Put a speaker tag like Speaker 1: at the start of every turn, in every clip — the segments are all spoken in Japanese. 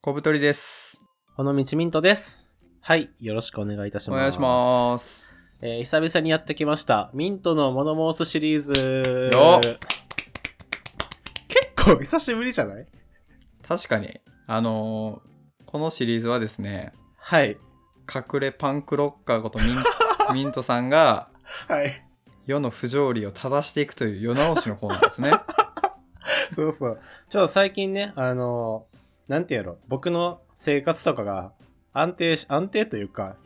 Speaker 1: 小太りです。
Speaker 2: このみちみんとです。はい、よろしくお願いいたし
Speaker 1: お
Speaker 2: ます。
Speaker 1: 願いします。
Speaker 2: えー久々にやってきました。ミントのモノ申すシリーズ。
Speaker 1: よっ
Speaker 2: 結構久しぶりじゃない
Speaker 1: 確かに、あのーこのシリーズはですね、
Speaker 2: はい。
Speaker 1: 隠れパンクロッカーこと ミンミントさんが
Speaker 2: はい。
Speaker 1: 世の不条理を正していくという世直しのコーナーです ね。
Speaker 2: そうそう。ちょっと最近ね、あのーなんてやろ、僕の生活とかが安定し、安定というか、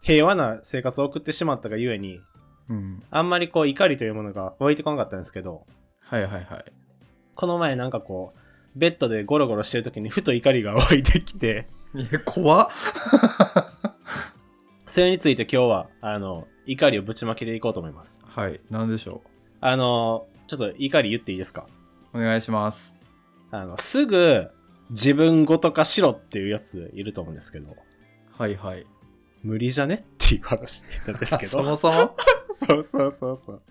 Speaker 2: 平和な生活を送ってしまったがゆえに、
Speaker 1: うん。
Speaker 2: あんまりこう怒りというものが湧いてこなかったんですけど、
Speaker 1: はいはいはい。
Speaker 2: この前なんかこう、ベッドでゴロゴロしてる時にふと怒りが湧いてきて、
Speaker 1: いや、怖っ。
Speaker 2: それについて今日は、あの、怒りをぶちまけていこうと思います。
Speaker 1: はい、なんでしょ
Speaker 2: あの、ちょっと怒り言っていいですか
Speaker 1: う。お願いします。
Speaker 2: あの、すぐ自分ごと化しろっていうやついると思うんですけど、
Speaker 1: はいはい。
Speaker 2: 無理じゃねっていう話なんですけ ど。
Speaker 1: そもそも
Speaker 2: そうそうそうそう。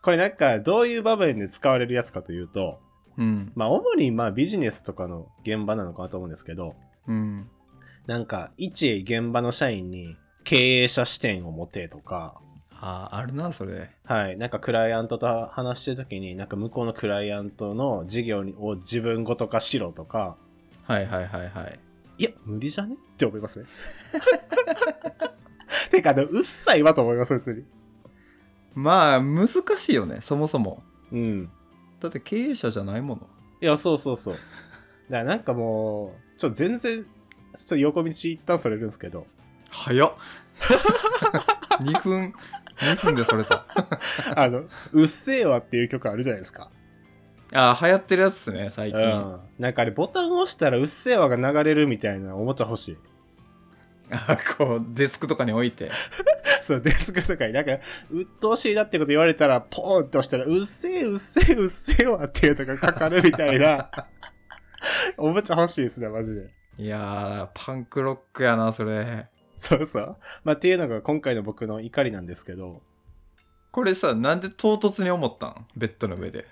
Speaker 2: これなんか、どういう場面で使われるやつかというと、
Speaker 1: うん。
Speaker 2: まあ、主にまあビジネスとかの現場なのかなと思うんですけど、
Speaker 1: うん。
Speaker 2: なんか、一現場の社員に経営者視点を持てとか、
Speaker 1: ああ、あるな、それ。
Speaker 2: はい、なんかクライアントと話してる時に、なんか向こうのクライアントの事業を自分ごと化しろとか、
Speaker 1: はいはいはいはい。
Speaker 2: いや、無理じゃねって思いますね。 てか、あの、うっさいわと思います、普通に。
Speaker 1: まあ、難しいよね、そもそも。
Speaker 2: うん。
Speaker 1: だって経営者じゃないもの。
Speaker 2: いや、そうそうそう。だからなんかもう、ちょっと全然、ちょっと横道一旦それるんですけど、
Speaker 1: 早っ 2分2分でそれた
Speaker 2: あの、うっせーわっていう曲あるじゃないですか。
Speaker 1: あ流行ってるやつっすね最
Speaker 2: う
Speaker 1: 近、
Speaker 2: ん。なんかあれ、ボタンを押したらうっせーわが流れるみたいなおもちゃ欲しい。
Speaker 1: あ こうデスクとかに置いて
Speaker 2: そう、デスクとかになんか、鬱陶しいなってこと言われたら、ポーンって押したら、うっせえ、うっせえ、うっせえわっていうのがかかるみたいな。 おもちゃ欲しいですね、マジで。
Speaker 1: いやーパンクロックやなそれ
Speaker 2: そうそう。まあ、っていうのが今回の僕の怒りなんですけど。
Speaker 1: これさなんで唐突に思ったんベッドの上で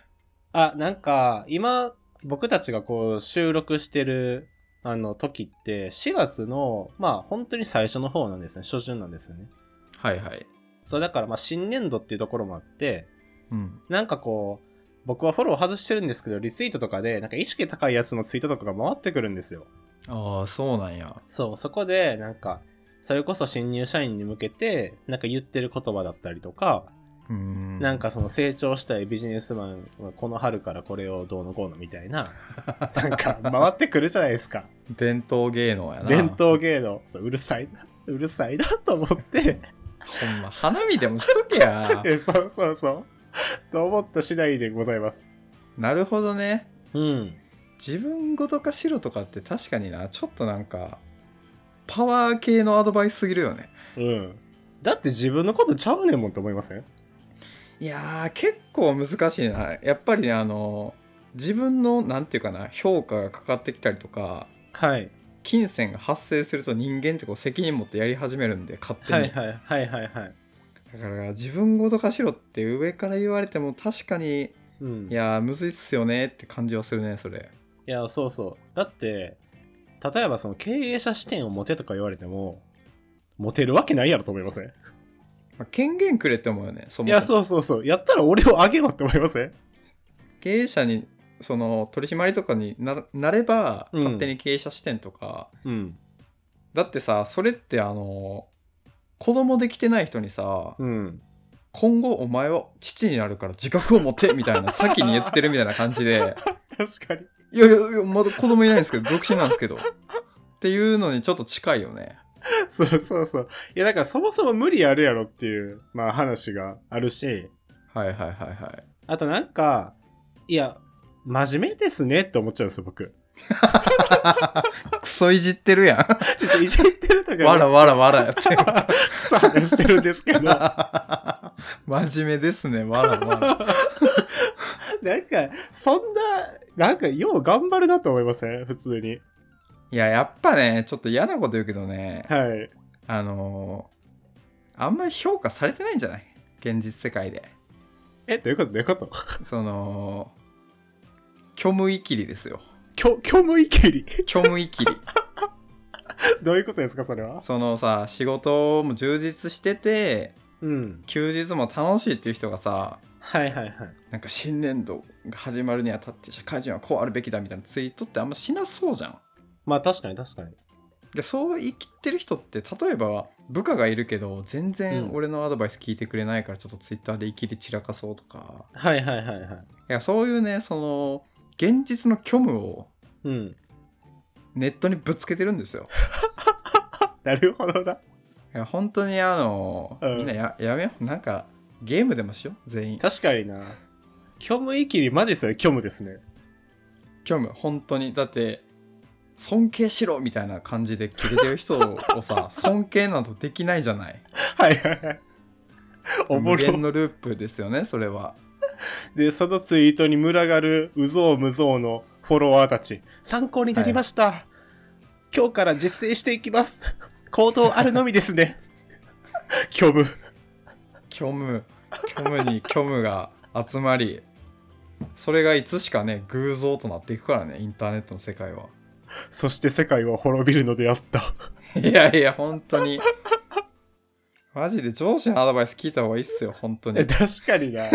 Speaker 2: あ、なんか、今、僕たちがこう、収録してる、あの、時って、4月の、まあ、本当に最初の方なんですね。初旬なんですよね。
Speaker 1: はいはい
Speaker 2: そう、だから、まあ、新年度っていうところもあって、
Speaker 1: うん
Speaker 2: なんかこう、僕はフォロー外してるんですけど、リツイートとかで、なんか意識高いやつのツイートとかが回ってくるんですよ。
Speaker 1: ああそうなんや
Speaker 2: そう、そこで、なんか、それこそ新入社員に向けて、なんか言ってる言葉だったりとか、
Speaker 1: うーん
Speaker 2: なんかその成長したいビジネスマンはこの春からこれをどうのこうのみたい な、なんか回ってくるじゃないですか。
Speaker 1: 伝統芸能やな
Speaker 2: 伝統芸能。そう、うるさいな、うるさいなと思 って、
Speaker 1: ほんま花見でもしとけや
Speaker 2: えそうそうそう。と思った次第でございます。
Speaker 1: なるほどね
Speaker 2: うん。
Speaker 1: 自分ごとかしろとかって確かになちょっとなんかパワー系のアドバイスすぎるよね
Speaker 2: うん。だって自分のことちゃうねんもんって思いません
Speaker 1: いやー結構難しいなやっぱりねあの自分のなんていうかな評価がかかってきたりとか
Speaker 2: はい。
Speaker 1: 金銭が発生すると人間ってこう責任持ってやり始めるんで勝手に、
Speaker 2: はいはいはいはいはい。
Speaker 1: だから自分ごとかしろって上から言われても確かに
Speaker 2: うん、
Speaker 1: いやーむずいっすよねって感じはするねそれ
Speaker 2: いやそうそうだって例えばその経営者視点を持てとか言われても持てるわけないやろと思いません
Speaker 1: まあ権限くれって思うよねそ
Speaker 2: い
Speaker 1: も
Speaker 2: や
Speaker 1: そも
Speaker 2: そうそうそうやったら俺をあげろって思いません
Speaker 1: 経営者にその取締りとかにななれば
Speaker 2: うん
Speaker 1: 勝手に経営者視点とか、
Speaker 2: うん
Speaker 1: だってさそれってあの子供できてない人にさ、
Speaker 2: うん
Speaker 1: 今後お前は父になるから自覚を持てみたいな先に言ってるみたいな感じで
Speaker 2: 確かに
Speaker 1: い やいやいやまだ子供いないんですけど独身なんですけどっていうのにちょっと近いよね
Speaker 2: そうそうそういやだからそもそも無理あるやろっていうまあ話があるし
Speaker 1: はいはいはいはい
Speaker 2: あとなんかいや真面目ですねって思っちゃうんですよ僕
Speaker 1: クソいじってるやん
Speaker 2: ちょっといじってるとか
Speaker 1: わらわらわらやってる
Speaker 2: 草話してるんですけど
Speaker 1: 真面目ですねわらわら
Speaker 2: なんか、そんな、なんか、よう頑張るなと思いません普通に。
Speaker 1: いややっぱねちょっと嫌なこと言うけどね
Speaker 2: はい。
Speaker 1: あのーあんまり評価されてないんじゃない現実世界で
Speaker 2: え、どういうことどういうこと
Speaker 1: その虚無いきりですよ
Speaker 2: 虚虚無いけり。
Speaker 1: 虚無いきり
Speaker 2: どういうことですか、それは。
Speaker 1: そのさ仕事も充実してて
Speaker 2: うん。
Speaker 1: 休日も楽しいっていう人がさ
Speaker 2: はいはいはい。
Speaker 1: なんか新年度が始まるにあたって社会人はこうあるべきだみたいなツイートってあんましなそうじゃん。
Speaker 2: まあ確かに確かに。
Speaker 1: でそう言い切ってる人って例えば部下がいるけど全
Speaker 2: う
Speaker 1: 然
Speaker 2: ん
Speaker 1: 俺のアドバイス聞いてくれないからちょっとツイッターで生きり散らかそうとか
Speaker 2: はいはいはいはい。
Speaker 1: いやそういうねその現実の虚無を
Speaker 2: うん。
Speaker 1: ネットにぶつけてるんですよ。
Speaker 2: なるほどだ。
Speaker 1: いや本当にあの、
Speaker 2: うん
Speaker 1: みんなややめようなんかゲームでもしよう全員
Speaker 2: 確かにな。 虚無いきり、マジそれ虚無ですね。
Speaker 1: 虚無本当にだって尊敬しろみたいな感じでキレてる人を さ尊敬などできないじゃない
Speaker 2: はいはいはい。おも
Speaker 1: 無
Speaker 2: ろ
Speaker 1: 限。のループですよねそれは
Speaker 2: で、そのツイートに群がる、うぞうむぞうのフォロワーたち。参考になりました。今日から実践していきます。行動あるのみですね。 虚無。
Speaker 1: 虚無虚無に虚無が集まりそれがいつしかね偶像となっていくからねインターネットの世界は
Speaker 2: そして世界は滅びるのであった。
Speaker 1: いやいや本当にマジで上司のアドバイス聞いた方がいいっすよ本当に
Speaker 2: え確かにな。い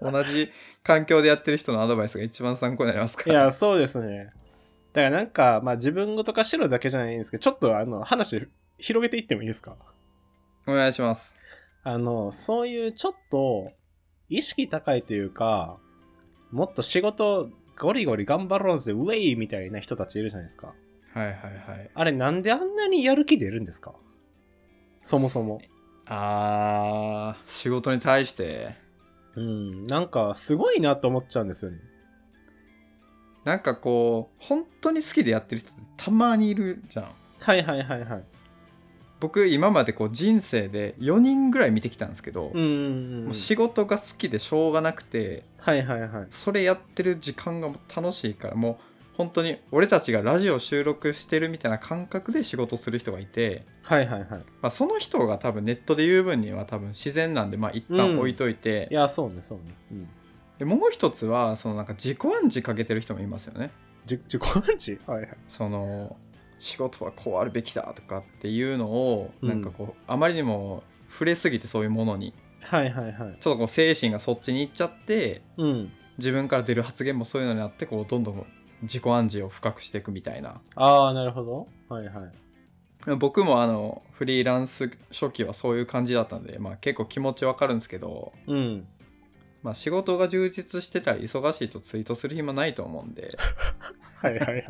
Speaker 1: 同じ環境でやってる人のアドバイスが一番参考になりますから
Speaker 2: や、そうですね。だからなんか、まあ自分ごとかしろだけじゃないんですけど、ちょっとあの、話広げていってもいいですか
Speaker 1: お願いします
Speaker 2: あの、そういうちょっと、意識高いというか、もっと仕事ゴリゴリ頑張ろうぜ、ウェイみたいな人たちいるじゃないですか。
Speaker 1: はいはいはい
Speaker 2: あれなんであんなにやる気出るんですかそもそも。
Speaker 1: あー仕事に対して
Speaker 2: うん、なんかすごいなと思っちゃうんですよね。
Speaker 1: なんかこう本当に好きでやってる人ってたまにいるじゃん
Speaker 2: はいはいはいはい。
Speaker 1: 僕今までこう人生で4人ぐらい見てきたんですけど、
Speaker 2: うんうんうん。
Speaker 1: もう仕事が好きでしょうがなくて
Speaker 2: はいはいはい。
Speaker 1: それやってる時間がもう楽しいからもう本当に俺たちがラジオ収録してるみたいな感覚で仕事する人がいて、
Speaker 2: はいはいはい。
Speaker 1: まあ、その人が多分ネットで言う分には多分自然なんでまあ一旦置いといて
Speaker 2: い、や、そうね、そうね。うん。
Speaker 1: でもう一つはそのなんか自己暗示かけてる人もいますよね。
Speaker 2: じ自己暗示はいはい。
Speaker 1: その仕事はこうあるべきだとかっていうのを
Speaker 2: うん
Speaker 1: なんかこう、あまりにも触れすぎてそういうものに
Speaker 2: はいはいはい。
Speaker 1: ちょっとこう精神がそっちに行っちゃって
Speaker 2: うん。
Speaker 1: 自分から出る発言もそういうのになってこうどんどん自己暗示を深くしていくみたいな
Speaker 2: ああ、なるほど。はいはい。
Speaker 1: 僕もあのフリーランス初期はそういう感じだったんで、まあ、結構気持ちわかるんですけど、
Speaker 2: うん。
Speaker 1: まあ、仕事が充実してたり忙しいとツイートする暇ないと思うんで
Speaker 2: はいはいはい。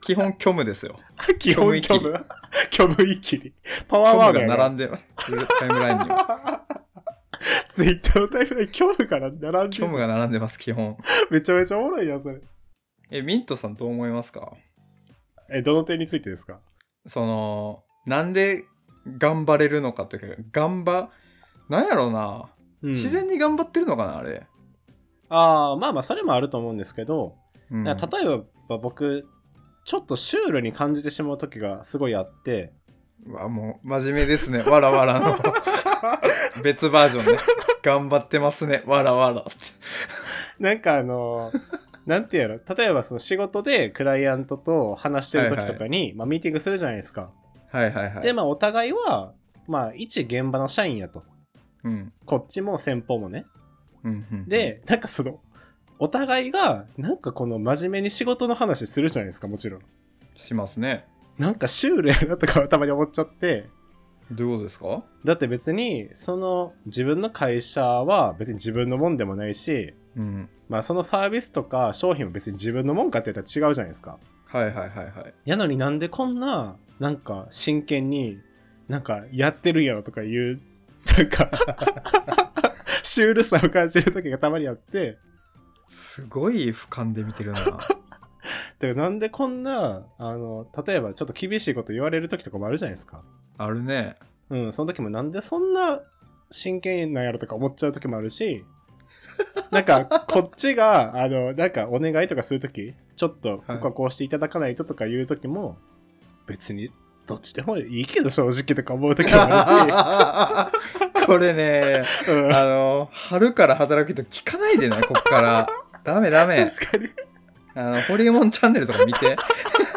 Speaker 1: 基本虚無 ですよ
Speaker 2: 基本 虚無。虚無いきり。パワーワー
Speaker 1: 虚
Speaker 2: ド
Speaker 1: 無が
Speaker 2: やな
Speaker 1: 並んで タイムラインには
Speaker 2: ツイッターのタイムライン虚無から並んで
Speaker 1: 虚無
Speaker 2: る。
Speaker 1: が並んでます基本
Speaker 2: めちゃめちゃおもろいやんそれ。
Speaker 1: えミントさんどう思いますか
Speaker 2: え、どの点についてですか
Speaker 1: そのなんで頑張れるのかというか頑張なんやろうな、自然に頑張ってるのかなあれ、
Speaker 2: ああ、まあまあ、それもあると思うんですけど、
Speaker 1: うん
Speaker 2: 例えば僕、ちょっとシュールに感じてしまう時がすごいあって、
Speaker 1: うわもう真面目ですねわらわら の別バージョンね頑張ってますねわらわらって
Speaker 2: なんかあのー なんていうの例えばその仕事でクライアントと話してる時とかに、まあ、ミーティングするじゃないですか。
Speaker 1: はいはいはい
Speaker 2: でまあお互いはまあ一現場の社員やと。
Speaker 1: うん
Speaker 2: こっちも先方もね。
Speaker 1: うんうん、
Speaker 2: でなんかそのお互いがなんかこの真面目に仕事の話するじゃないですかもちろん。
Speaker 1: しますね
Speaker 2: なんかシュールやなとかはたまに思っちゃって。
Speaker 1: どういうことですか
Speaker 2: だって別にその自分の会社は別に自分のもんでもないし、
Speaker 1: うん
Speaker 2: まあ、そのサービスとか商品も別に自分のもんかって言ったら違うじゃないですか。
Speaker 1: はいはいはいはい
Speaker 2: やのになんでこんな、なんか真剣に、なんかやってるんやろとかいう、なんか、 シュールさを感じる時がたまにあって、
Speaker 1: すごい俯瞰で見てるな
Speaker 2: だからなんでこんな、あの、例えばちょっと厳しいこと言われる時とかもあるじゃないですか。
Speaker 1: ある ね
Speaker 2: うん、その時もなんでそんな真剣なんやろとか思っちゃう時もある し、なんかこっちが、あの、なんかお願いとかする時、ちょっとここはこうしていただかないととかいう時も、別にどっちでもいいけど正直とか思う時もある し、
Speaker 1: これね
Speaker 2: うん
Speaker 1: あの春から働くと聞かないでねこっからダメダメ
Speaker 2: 確かに。
Speaker 1: あのホリエモンチャンネルとか見て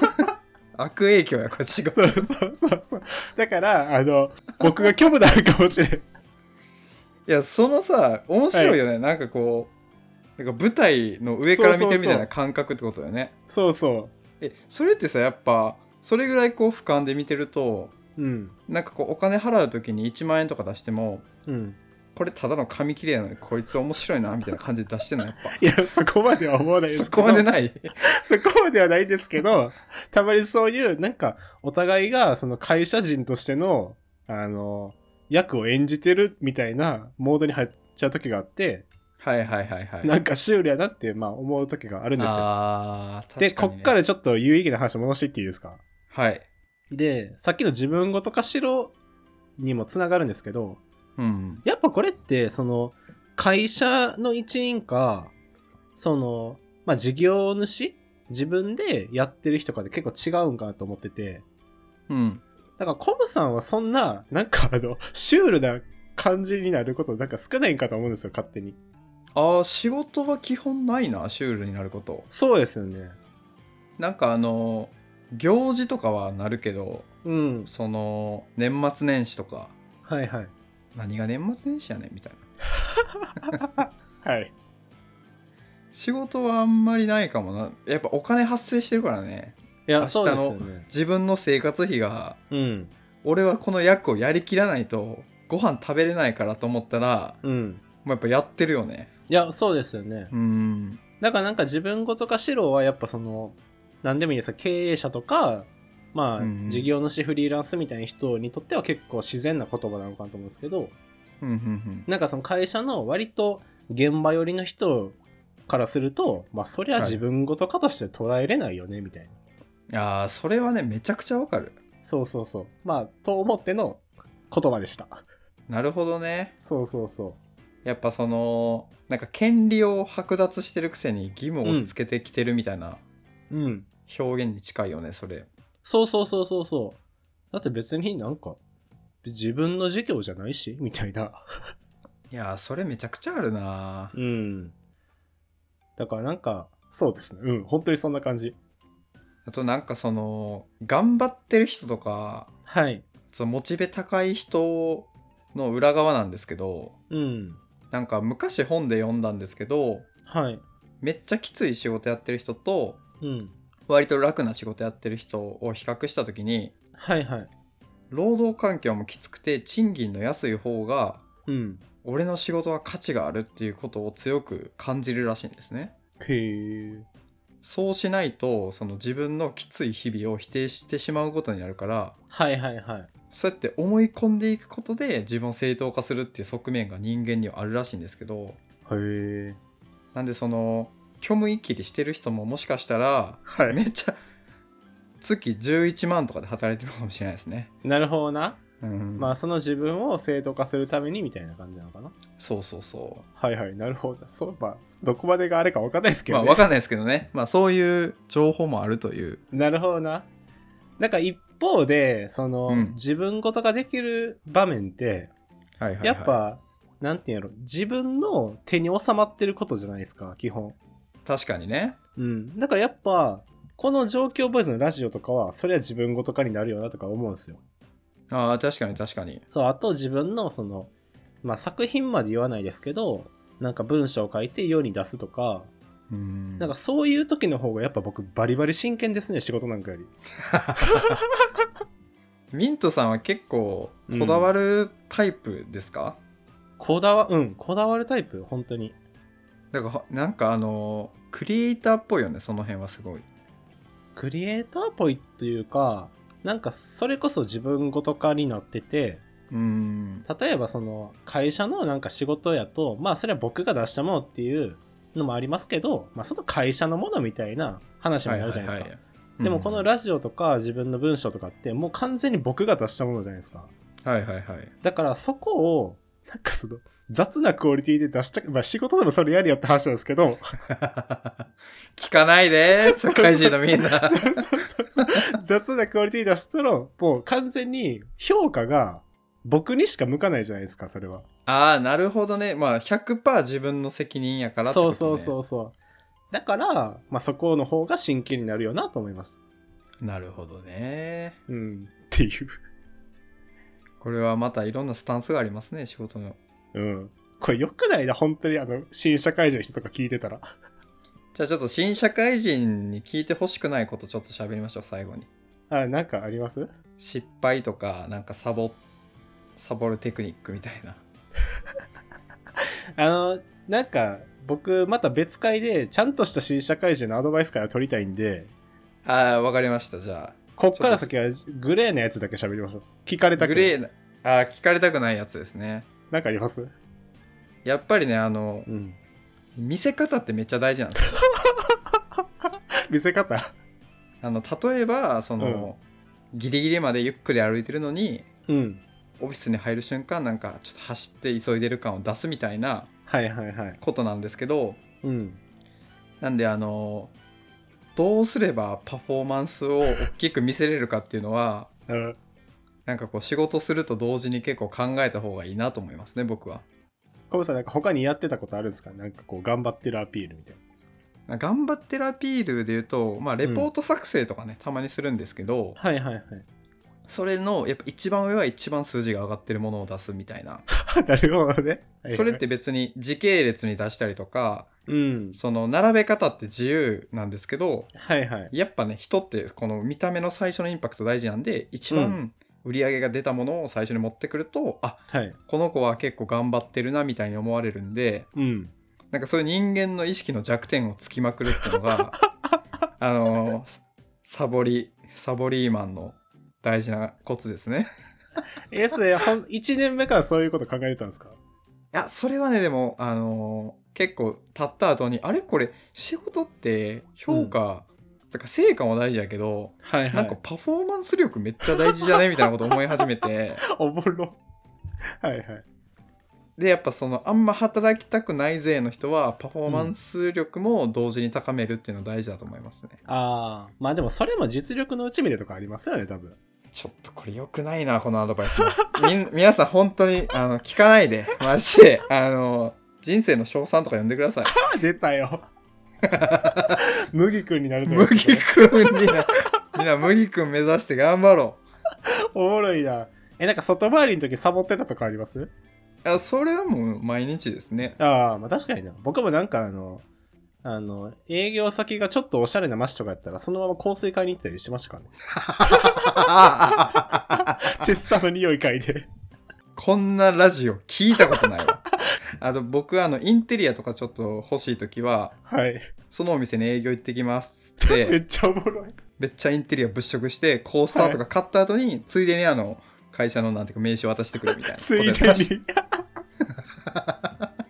Speaker 1: 悪影響やこれ違う
Speaker 2: そうそうそうそう。だから、あの、僕が虚無なのかもしれん。
Speaker 1: いやそのさ面白いよね、なんかこうなんか舞台の上から見てるみたいな感覚ってことだよね
Speaker 2: そうそ
Speaker 1: えそれってさやっぱそれぐらいこう俯瞰で見てると
Speaker 2: う。うん。
Speaker 1: なんかこうお金払う時に1万円とか出しても
Speaker 2: うん。
Speaker 1: これただの紙切れやのにこいつ面白いなみたいな感じで出してんのやっぱ
Speaker 2: いや、そこまでは思わないです
Speaker 1: そこまでない
Speaker 2: そこまではないんですけど、たまにそういう、なんか、お互いが、その会社人としての、あの、役を演じてるみたいなモードに入っちゃう時があって、
Speaker 1: はいはいはいはい
Speaker 2: なんか修理やなって、まあ思う時があるんですよ。
Speaker 1: あー確かに、ね、
Speaker 2: で、こっからちょっと有意義な話戻していっていいですか
Speaker 1: はい
Speaker 2: で、さっきの自分ごとかしろにもつながるんですけど、
Speaker 1: うん
Speaker 2: やっぱこれって、その、会社の一員か、その、まあ、事業主自分でやってる人かで結構違うんかなと思ってて、
Speaker 1: うん
Speaker 2: だからコムさんはそんな、なんかあの、 シュールな感じになること、なんか少ないんかと思うんですよ、勝手に。
Speaker 1: ああ仕事は基本ないなシュールになること
Speaker 2: そうですよね。
Speaker 1: なんかあの行事とかはなるけど
Speaker 2: うん。
Speaker 1: その年末年始とか
Speaker 2: はいはい。
Speaker 1: 何が年末年始やねんみたいな
Speaker 2: はい。
Speaker 1: 仕事はあんまりないかもなやっぱお金発生してるからね
Speaker 2: い
Speaker 1: 明
Speaker 2: や、
Speaker 1: 日の
Speaker 2: そうですよね。
Speaker 1: 自分の生活費が
Speaker 2: うん。
Speaker 1: 俺はこの役をやりきらないとご飯食べれないからと思ったら
Speaker 2: うん。
Speaker 1: もうやっぱやってるよね
Speaker 2: いや、そうですよね
Speaker 1: う。ん
Speaker 2: だからなんか自分ごとか白はやっぱその、何でもいいですよ経営者とか、まあ
Speaker 1: うん、
Speaker 2: 事業主フリーランスみたいな人にとっては結構自然な言葉なのかなと思うんですけど、
Speaker 1: うんうん
Speaker 2: なんかその会社の割と現場寄りの人からすると、まあそりゃ自分ごとかとして捉えれないよね、みたいな。
Speaker 1: うんああそれはねめちゃくちゃわかる
Speaker 2: そうそうそう。まあ、と思っての言葉でした。
Speaker 1: なるほどね
Speaker 2: そうそうそ
Speaker 1: やっぱそのなんか権利を剥奪してるくせに義務を押し付けてきてるみたいな
Speaker 2: う。うん。
Speaker 1: 表現に近いよねそれ
Speaker 2: そうそうそうそうそう。だって別になんか、自分の事業じゃないし、みたいな。
Speaker 1: いやーそれめちゃくちゃあるな
Speaker 2: うん。だからなんか、そうですね。うん。本当にそんな感じ。
Speaker 1: あとなんかその頑張ってる人とか
Speaker 2: はい。
Speaker 1: そのモチベ高い人の裏側なんですけど
Speaker 2: うん。
Speaker 1: なんか昔本で読んだんですけど
Speaker 2: はい。
Speaker 1: めっちゃきつい仕事やってる人と
Speaker 2: うん。
Speaker 1: 割と楽な仕事やってる人を比較した時に
Speaker 2: はいはい。
Speaker 1: 労働環境もきつくて賃金の安い方が
Speaker 2: うん。
Speaker 1: 俺の仕事は価値があるっていうことを強く感じるらしいんですね。
Speaker 2: へえ。
Speaker 1: そうしないとその自分のきつい日々を否定してしまうことになるから
Speaker 2: はいはいはい。
Speaker 1: そうやって思い込んでいくことで自分を正当化するっていう側面が人間にはあるらしいんですけど
Speaker 2: へえ。
Speaker 1: なんでその虚無いきりしてる人ももしかしたら
Speaker 2: は
Speaker 1: めっちゃ月11万とかで働いてるかもしれないですね。
Speaker 2: い。なるほどな。
Speaker 1: うん、
Speaker 2: まあ、その自分を正当化するためにみたいな感じなのかな。
Speaker 1: そうそうそ
Speaker 2: はいはい、なるほど。そう、まあ、どこまでがあれか分かんないです
Speaker 1: う
Speaker 2: け
Speaker 1: まあ
Speaker 2: ど、ね。
Speaker 1: わかんないですけどねまあそういう情報もあるという
Speaker 2: なるほどな。なんか一方で、その、
Speaker 1: うん
Speaker 2: 自分事ができる場面って、
Speaker 1: はいはいはい
Speaker 2: やっぱ、なんていうんやろ、自分の手に収まってることじゃないですか、基本。
Speaker 1: 確かにね
Speaker 2: うん。だからやっぱ、この状況ボーイズのラジオとかは、そりゃ自分事かになるよなとか思うんですよ。
Speaker 1: ああ確かに確かに
Speaker 2: そう、あと自分のその、まあ作品まで言わないですけど、なんか文章を書いて世に出すとか、
Speaker 1: うん
Speaker 2: なんかそういう時の方がやっぱ僕バリバリ真剣ですね、仕事なんかより。
Speaker 1: ミントさんは結構こだわるタイプですか、
Speaker 2: こだわ、うん、こだわるタイプ、本当に。
Speaker 1: なんかなんかあのークリエイターっぽいよねその辺はすごい
Speaker 2: クリエイターっぽいというか、なんかそれこそ自分ごと化になってて、
Speaker 1: うん
Speaker 2: 例えばその会社のなんか仕事やと、まあそれは僕が出したものっていうのもありますけど、まあその会社のものみたいな話もあるじゃないですか。でもこの
Speaker 1: ラ、
Speaker 2: ラジオとか自分の文章とかってもう完全に僕が出したものじゃないですか。
Speaker 1: はいはいはい
Speaker 2: だからそこを、なんかその雑なクオリティで出した、まあ仕事でもそれやりやって話なんですけ ど、
Speaker 1: 聞かないで社会人のみ んな
Speaker 2: 雑なクオリティ出したら、もう完全に評価が僕にしか向かないじゃないですか、それは。
Speaker 1: ああなるほどねまあ100%自分の責任やからってこと、
Speaker 2: そ
Speaker 1: ね、
Speaker 2: うそうそうそう。だから、まあ、そこの方が真剣になるよなと思います。
Speaker 1: なるほどね
Speaker 2: うん。っていう。
Speaker 1: これはまたいろんなスタンスがありますね仕事の
Speaker 2: うん。これ良くないな、本当に、あの、新社会人の人とか聞いてたら。
Speaker 1: じゃあちょっと新社会人に聞いてほしくないことちょっと喋りましょう最後に
Speaker 2: あ、なんかあります
Speaker 1: 失敗とかなんかサボサボるテクニックみたいな
Speaker 2: あの、なんか、僕、また別会で、ちゃんとした新社会人のアドバイスから取りたいんで、
Speaker 1: あーわかりましたじゃ
Speaker 2: こっから先はグレーなやつだけ喋りましょう。聞かれ
Speaker 1: あ
Speaker 2: た
Speaker 1: グ
Speaker 2: く
Speaker 1: レ
Speaker 2: な
Speaker 1: ー
Speaker 2: い。
Speaker 1: なあー聞かれたくないやつですね
Speaker 2: なんかあります
Speaker 1: やっぱりねあの
Speaker 2: うん。
Speaker 1: 見せ方ってめっちゃ大事なんですよ
Speaker 2: 見せ方
Speaker 1: あの例えばその、ギリギリまでゆっくり歩いてるのに
Speaker 2: うん。
Speaker 1: オフィスに入る瞬間なんかちょっと走って急いでる感を出すみたいな
Speaker 2: はいはいはい。
Speaker 1: ことなんですけど
Speaker 2: うん。
Speaker 1: なんであのどうすればパフォーマンスを大きく見せれるかっていうのは
Speaker 2: うん
Speaker 1: なんかこう仕事すると同時に結構考えた方がいいなと思いますね僕は。
Speaker 2: コブさん、なんか他にやってたことあるんですかなんかこう、頑張ってるアピールみたい
Speaker 1: 頑張ってるアピールで言うと、まあ、レポート作成とかね、たまにするんですけど
Speaker 2: な。はいはいはい。
Speaker 1: それのやっぱ一番上は一番数字が上がってるものを出すみたいな
Speaker 2: なるほどね。はいはい
Speaker 1: それっ、て別に時系列に出したりとか
Speaker 2: うん。
Speaker 1: その並べ方って自由なんですけど
Speaker 2: はいはい。
Speaker 1: やっぱね人ってこの見た目の最初のインパクト大事なんで一
Speaker 2: う
Speaker 1: 番売り上げが出たものを最初に持ってくると、あ
Speaker 2: はい。
Speaker 1: この子は結構頑張ってるなみたいに思われるんで
Speaker 2: うん。
Speaker 1: なんかそういう人間の意識の弱点をつきまくるっていうの があのサボりサボリーマンの大事なコツですね。
Speaker 2: え、それ、ほん、1年目からそういうこと考えてたんですか
Speaker 1: いやそれはねでもあの結構経った後にあれこれ仕事って評価、だから成果も大事やけど
Speaker 2: はいは
Speaker 1: なんかパフォーマンス力めっちゃ大事じゃねみたいなこと思い始めて
Speaker 2: おもろ。はいはい。
Speaker 1: でやっぱそのあんま働きたくない勢の人はパフォーマンス力も同時に高めるっていうの大事だと思いますね、
Speaker 2: ああ、まあでもそれも実力のうちみでとかありますよね、多分。
Speaker 1: ちょっとこれ良くないなこのアドバイス みん皆さん本当にあの聞かないでマジであの人生の称賛とか呼んでください
Speaker 2: あ、出たよ。 麦君になるじゃない
Speaker 1: 麦
Speaker 2: ですか。
Speaker 1: くんみんなみんな麦くん目指して頑張ろ
Speaker 2: おもろいな。え、なんか外回りの時サボってたとかあります
Speaker 1: うあそれはもう毎日ですね
Speaker 2: ああ、まあ確かにな。僕もなんかあの、あの、営業先がちょっとおしゃれなマシとかやったら、そのまま香水買いに行ったりしてましたからね。テスタの匂い嗅いで。
Speaker 1: こんなラジオ聞いたことないわあと僕あのインテリアとかちょっと欲しい時は
Speaker 2: はい。
Speaker 1: そのお店に営業行ってきますっつっ
Speaker 2: め
Speaker 1: て
Speaker 2: っちゃおもろい。
Speaker 1: めっちゃインテリア物色してコースターとか買った後に、ついでにあの会社のなんていうか名刺渡してくれみたいな
Speaker 2: ついでに
Speaker 1: ことやってまし。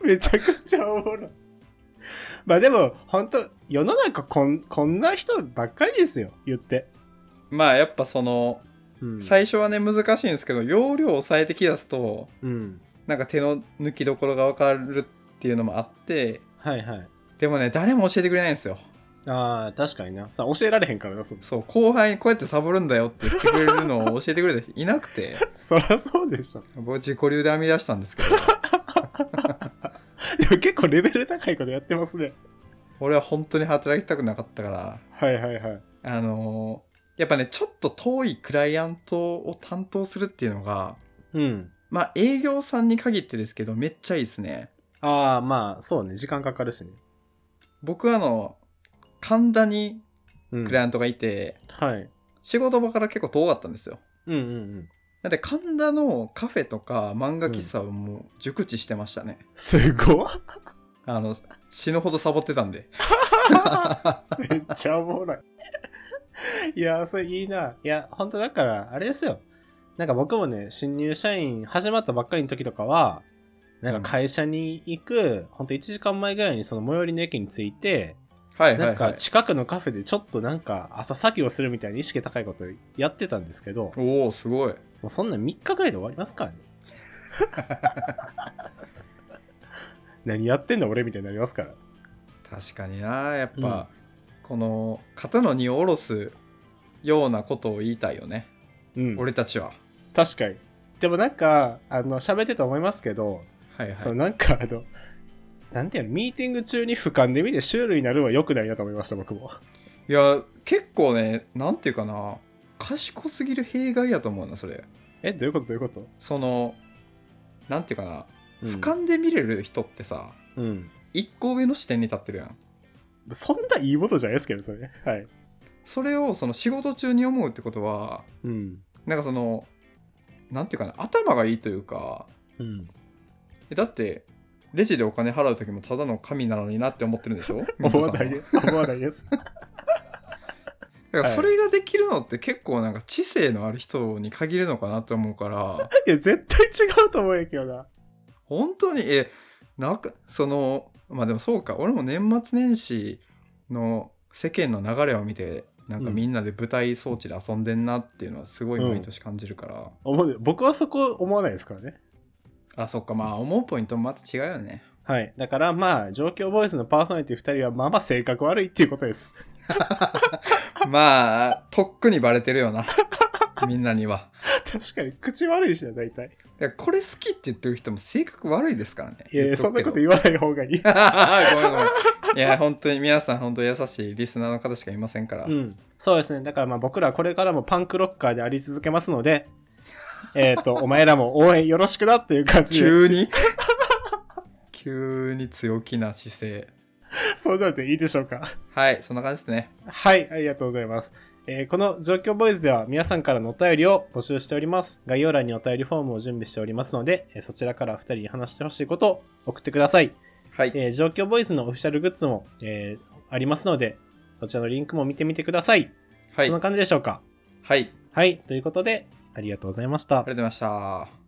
Speaker 2: めちゃくちゃおもろい。まあでも、本当世の中こんこんな人ばっかりですよ、言って。
Speaker 1: たまあやっぱその
Speaker 2: うん
Speaker 1: 最初はね難しいんですけど容量を抑えてきだすと
Speaker 2: うん。
Speaker 1: なんか手の抜きどころが分かるっていうのもあって
Speaker 2: はいはい。
Speaker 1: でもね誰も教えてくれないんですよ
Speaker 2: ああ、確かにな。さ教えられへんからな、そ
Speaker 1: そう後輩にこうやってサボるんだよって言ってくれるのを教えてくれた人 いなくて
Speaker 2: そらそうでしょ。
Speaker 1: 僕自己流で編み出したんですけど
Speaker 2: でも結構レベル高いことやってますね。
Speaker 1: 俺は本当に働きたくなかったから
Speaker 2: はいはいはい。
Speaker 1: あのーやっぱねちょっと遠いクライアントを担当するっていうのが
Speaker 2: うん。
Speaker 1: まあ営業さんに限ってですけどめっちゃいいですね
Speaker 2: ああ、まあ、そうね。時間かかるしね。
Speaker 1: 僕はあの神田に
Speaker 2: うん
Speaker 1: クライアントがいて、
Speaker 2: はい。
Speaker 1: 仕事場から結構遠かったんですよ
Speaker 2: うんうんうん。
Speaker 1: だって神田のカフェとか漫画喫茶をもう熟知してましたね、
Speaker 2: すごっ
Speaker 1: あの死ぬほどサボってたん で
Speaker 2: めっちゃおもろい。 いやー、それいいな。いや、ほんとだから、あれですよ。なんか僕もね、新入社員始まったばっかりの時とかは、なんか会社に行く、ほんと1時間前ぐらいにその最寄りの駅に着いて、
Speaker 1: はいは
Speaker 2: なん
Speaker 1: いは
Speaker 2: か
Speaker 1: い
Speaker 2: 近くのカフェでちょっとなんか朝作業するみたいに意識高いことやってたんですけど、も
Speaker 1: おおすごいう
Speaker 2: そんなん3日ぐらいで終わりますから ね。何やってんの俺みたいになりますから。
Speaker 1: 確かになやっぱ、この肩の荷を下ろすようなことを言いたいよね、
Speaker 2: うん。
Speaker 1: 俺たちは
Speaker 2: 確かにでもなんかあの喋ってて思いますけど、
Speaker 1: はいはい
Speaker 2: そのなんかあのなんていうのミーティング中に俯瞰で見てシュールになるは良くないなと思いました僕も
Speaker 1: いや結構ねなんていうかな賢すぎる弊害やと思うなそれ
Speaker 2: え、どういうことどういうこと、
Speaker 1: そのなんていうかな、
Speaker 2: うん、
Speaker 1: 俯瞰で見れる人ってさ
Speaker 2: うん。
Speaker 1: 一個上の視点に立ってるやん
Speaker 2: そんないいことじゃないですけど、それ。はい。
Speaker 1: それをその仕事中に思うってことは
Speaker 2: うん。
Speaker 1: なんかそのなんていうかな頭がいいというか
Speaker 2: うん。
Speaker 1: えだってレジでお金払う時もただの神なのになって思ってるんでし ょ皆
Speaker 2: 思わ
Speaker 1: さんは
Speaker 2: ないです。思わないです。
Speaker 1: だか ら
Speaker 2: はい
Speaker 1: それができるのって結構なんか知性のある人に限るのかなと思うから、
Speaker 2: いや、絶対違うと思うんやけどな。
Speaker 1: 本当に、え、なんか、その、まあでもそうか、俺も年末年始の世間の流れを見て、なんか
Speaker 2: うん
Speaker 1: みんなで舞台装置で遊んでんなっていうのはすごい毎年感じるから、
Speaker 2: 思う僕はそこ思わないですからね。
Speaker 1: あ、そっか、まあ思うポイントもまた違うよ ね。
Speaker 2: はい。だからまあ、状況ボイスのパーソナリティ2人はまあまあ性格悪いっていうことです。
Speaker 1: まあ、とっくにバレてるよな、 みんなには。
Speaker 2: 確かに、口悪いしな、大体。
Speaker 1: いやこれ好きって言ってる人も性格悪いですからね。
Speaker 2: いやいや、
Speaker 1: 言
Speaker 2: そ
Speaker 1: っ
Speaker 2: ん
Speaker 1: と
Speaker 2: な
Speaker 1: くけ
Speaker 2: こ
Speaker 1: ど。
Speaker 2: と言わない方がいい
Speaker 1: ごめんごめん。いや、本当に皆さん、本当優しいリスナーの方しかいませんから。
Speaker 2: うん。そうですね。だからまあ僕らこれからもパンクロッカーであり続けますので、 えっと、お前らも応援よろしくなっていう感じで。
Speaker 1: 急に急に強気な姿勢。
Speaker 2: そうなんでいいでしょうか。
Speaker 1: はい、そんな感じですね。
Speaker 2: はい、ありがとうございます。えーこの状況ボイスでは皆さんからのお便りを募集しております。概要欄にお便りフォームを準備しておりますので、えーそちらから2人に話してほしいことを送ってください。
Speaker 1: はい。
Speaker 2: えー状況ボイスのオフィシャルグッズも、えーありますので、そちらのリンクも見てみてください。
Speaker 1: はい。
Speaker 2: そん
Speaker 1: は。
Speaker 2: ない感じでしょうか。
Speaker 1: ありが
Speaker 2: はい、ということで、ありがとうございました
Speaker 1: とうご。ざいました。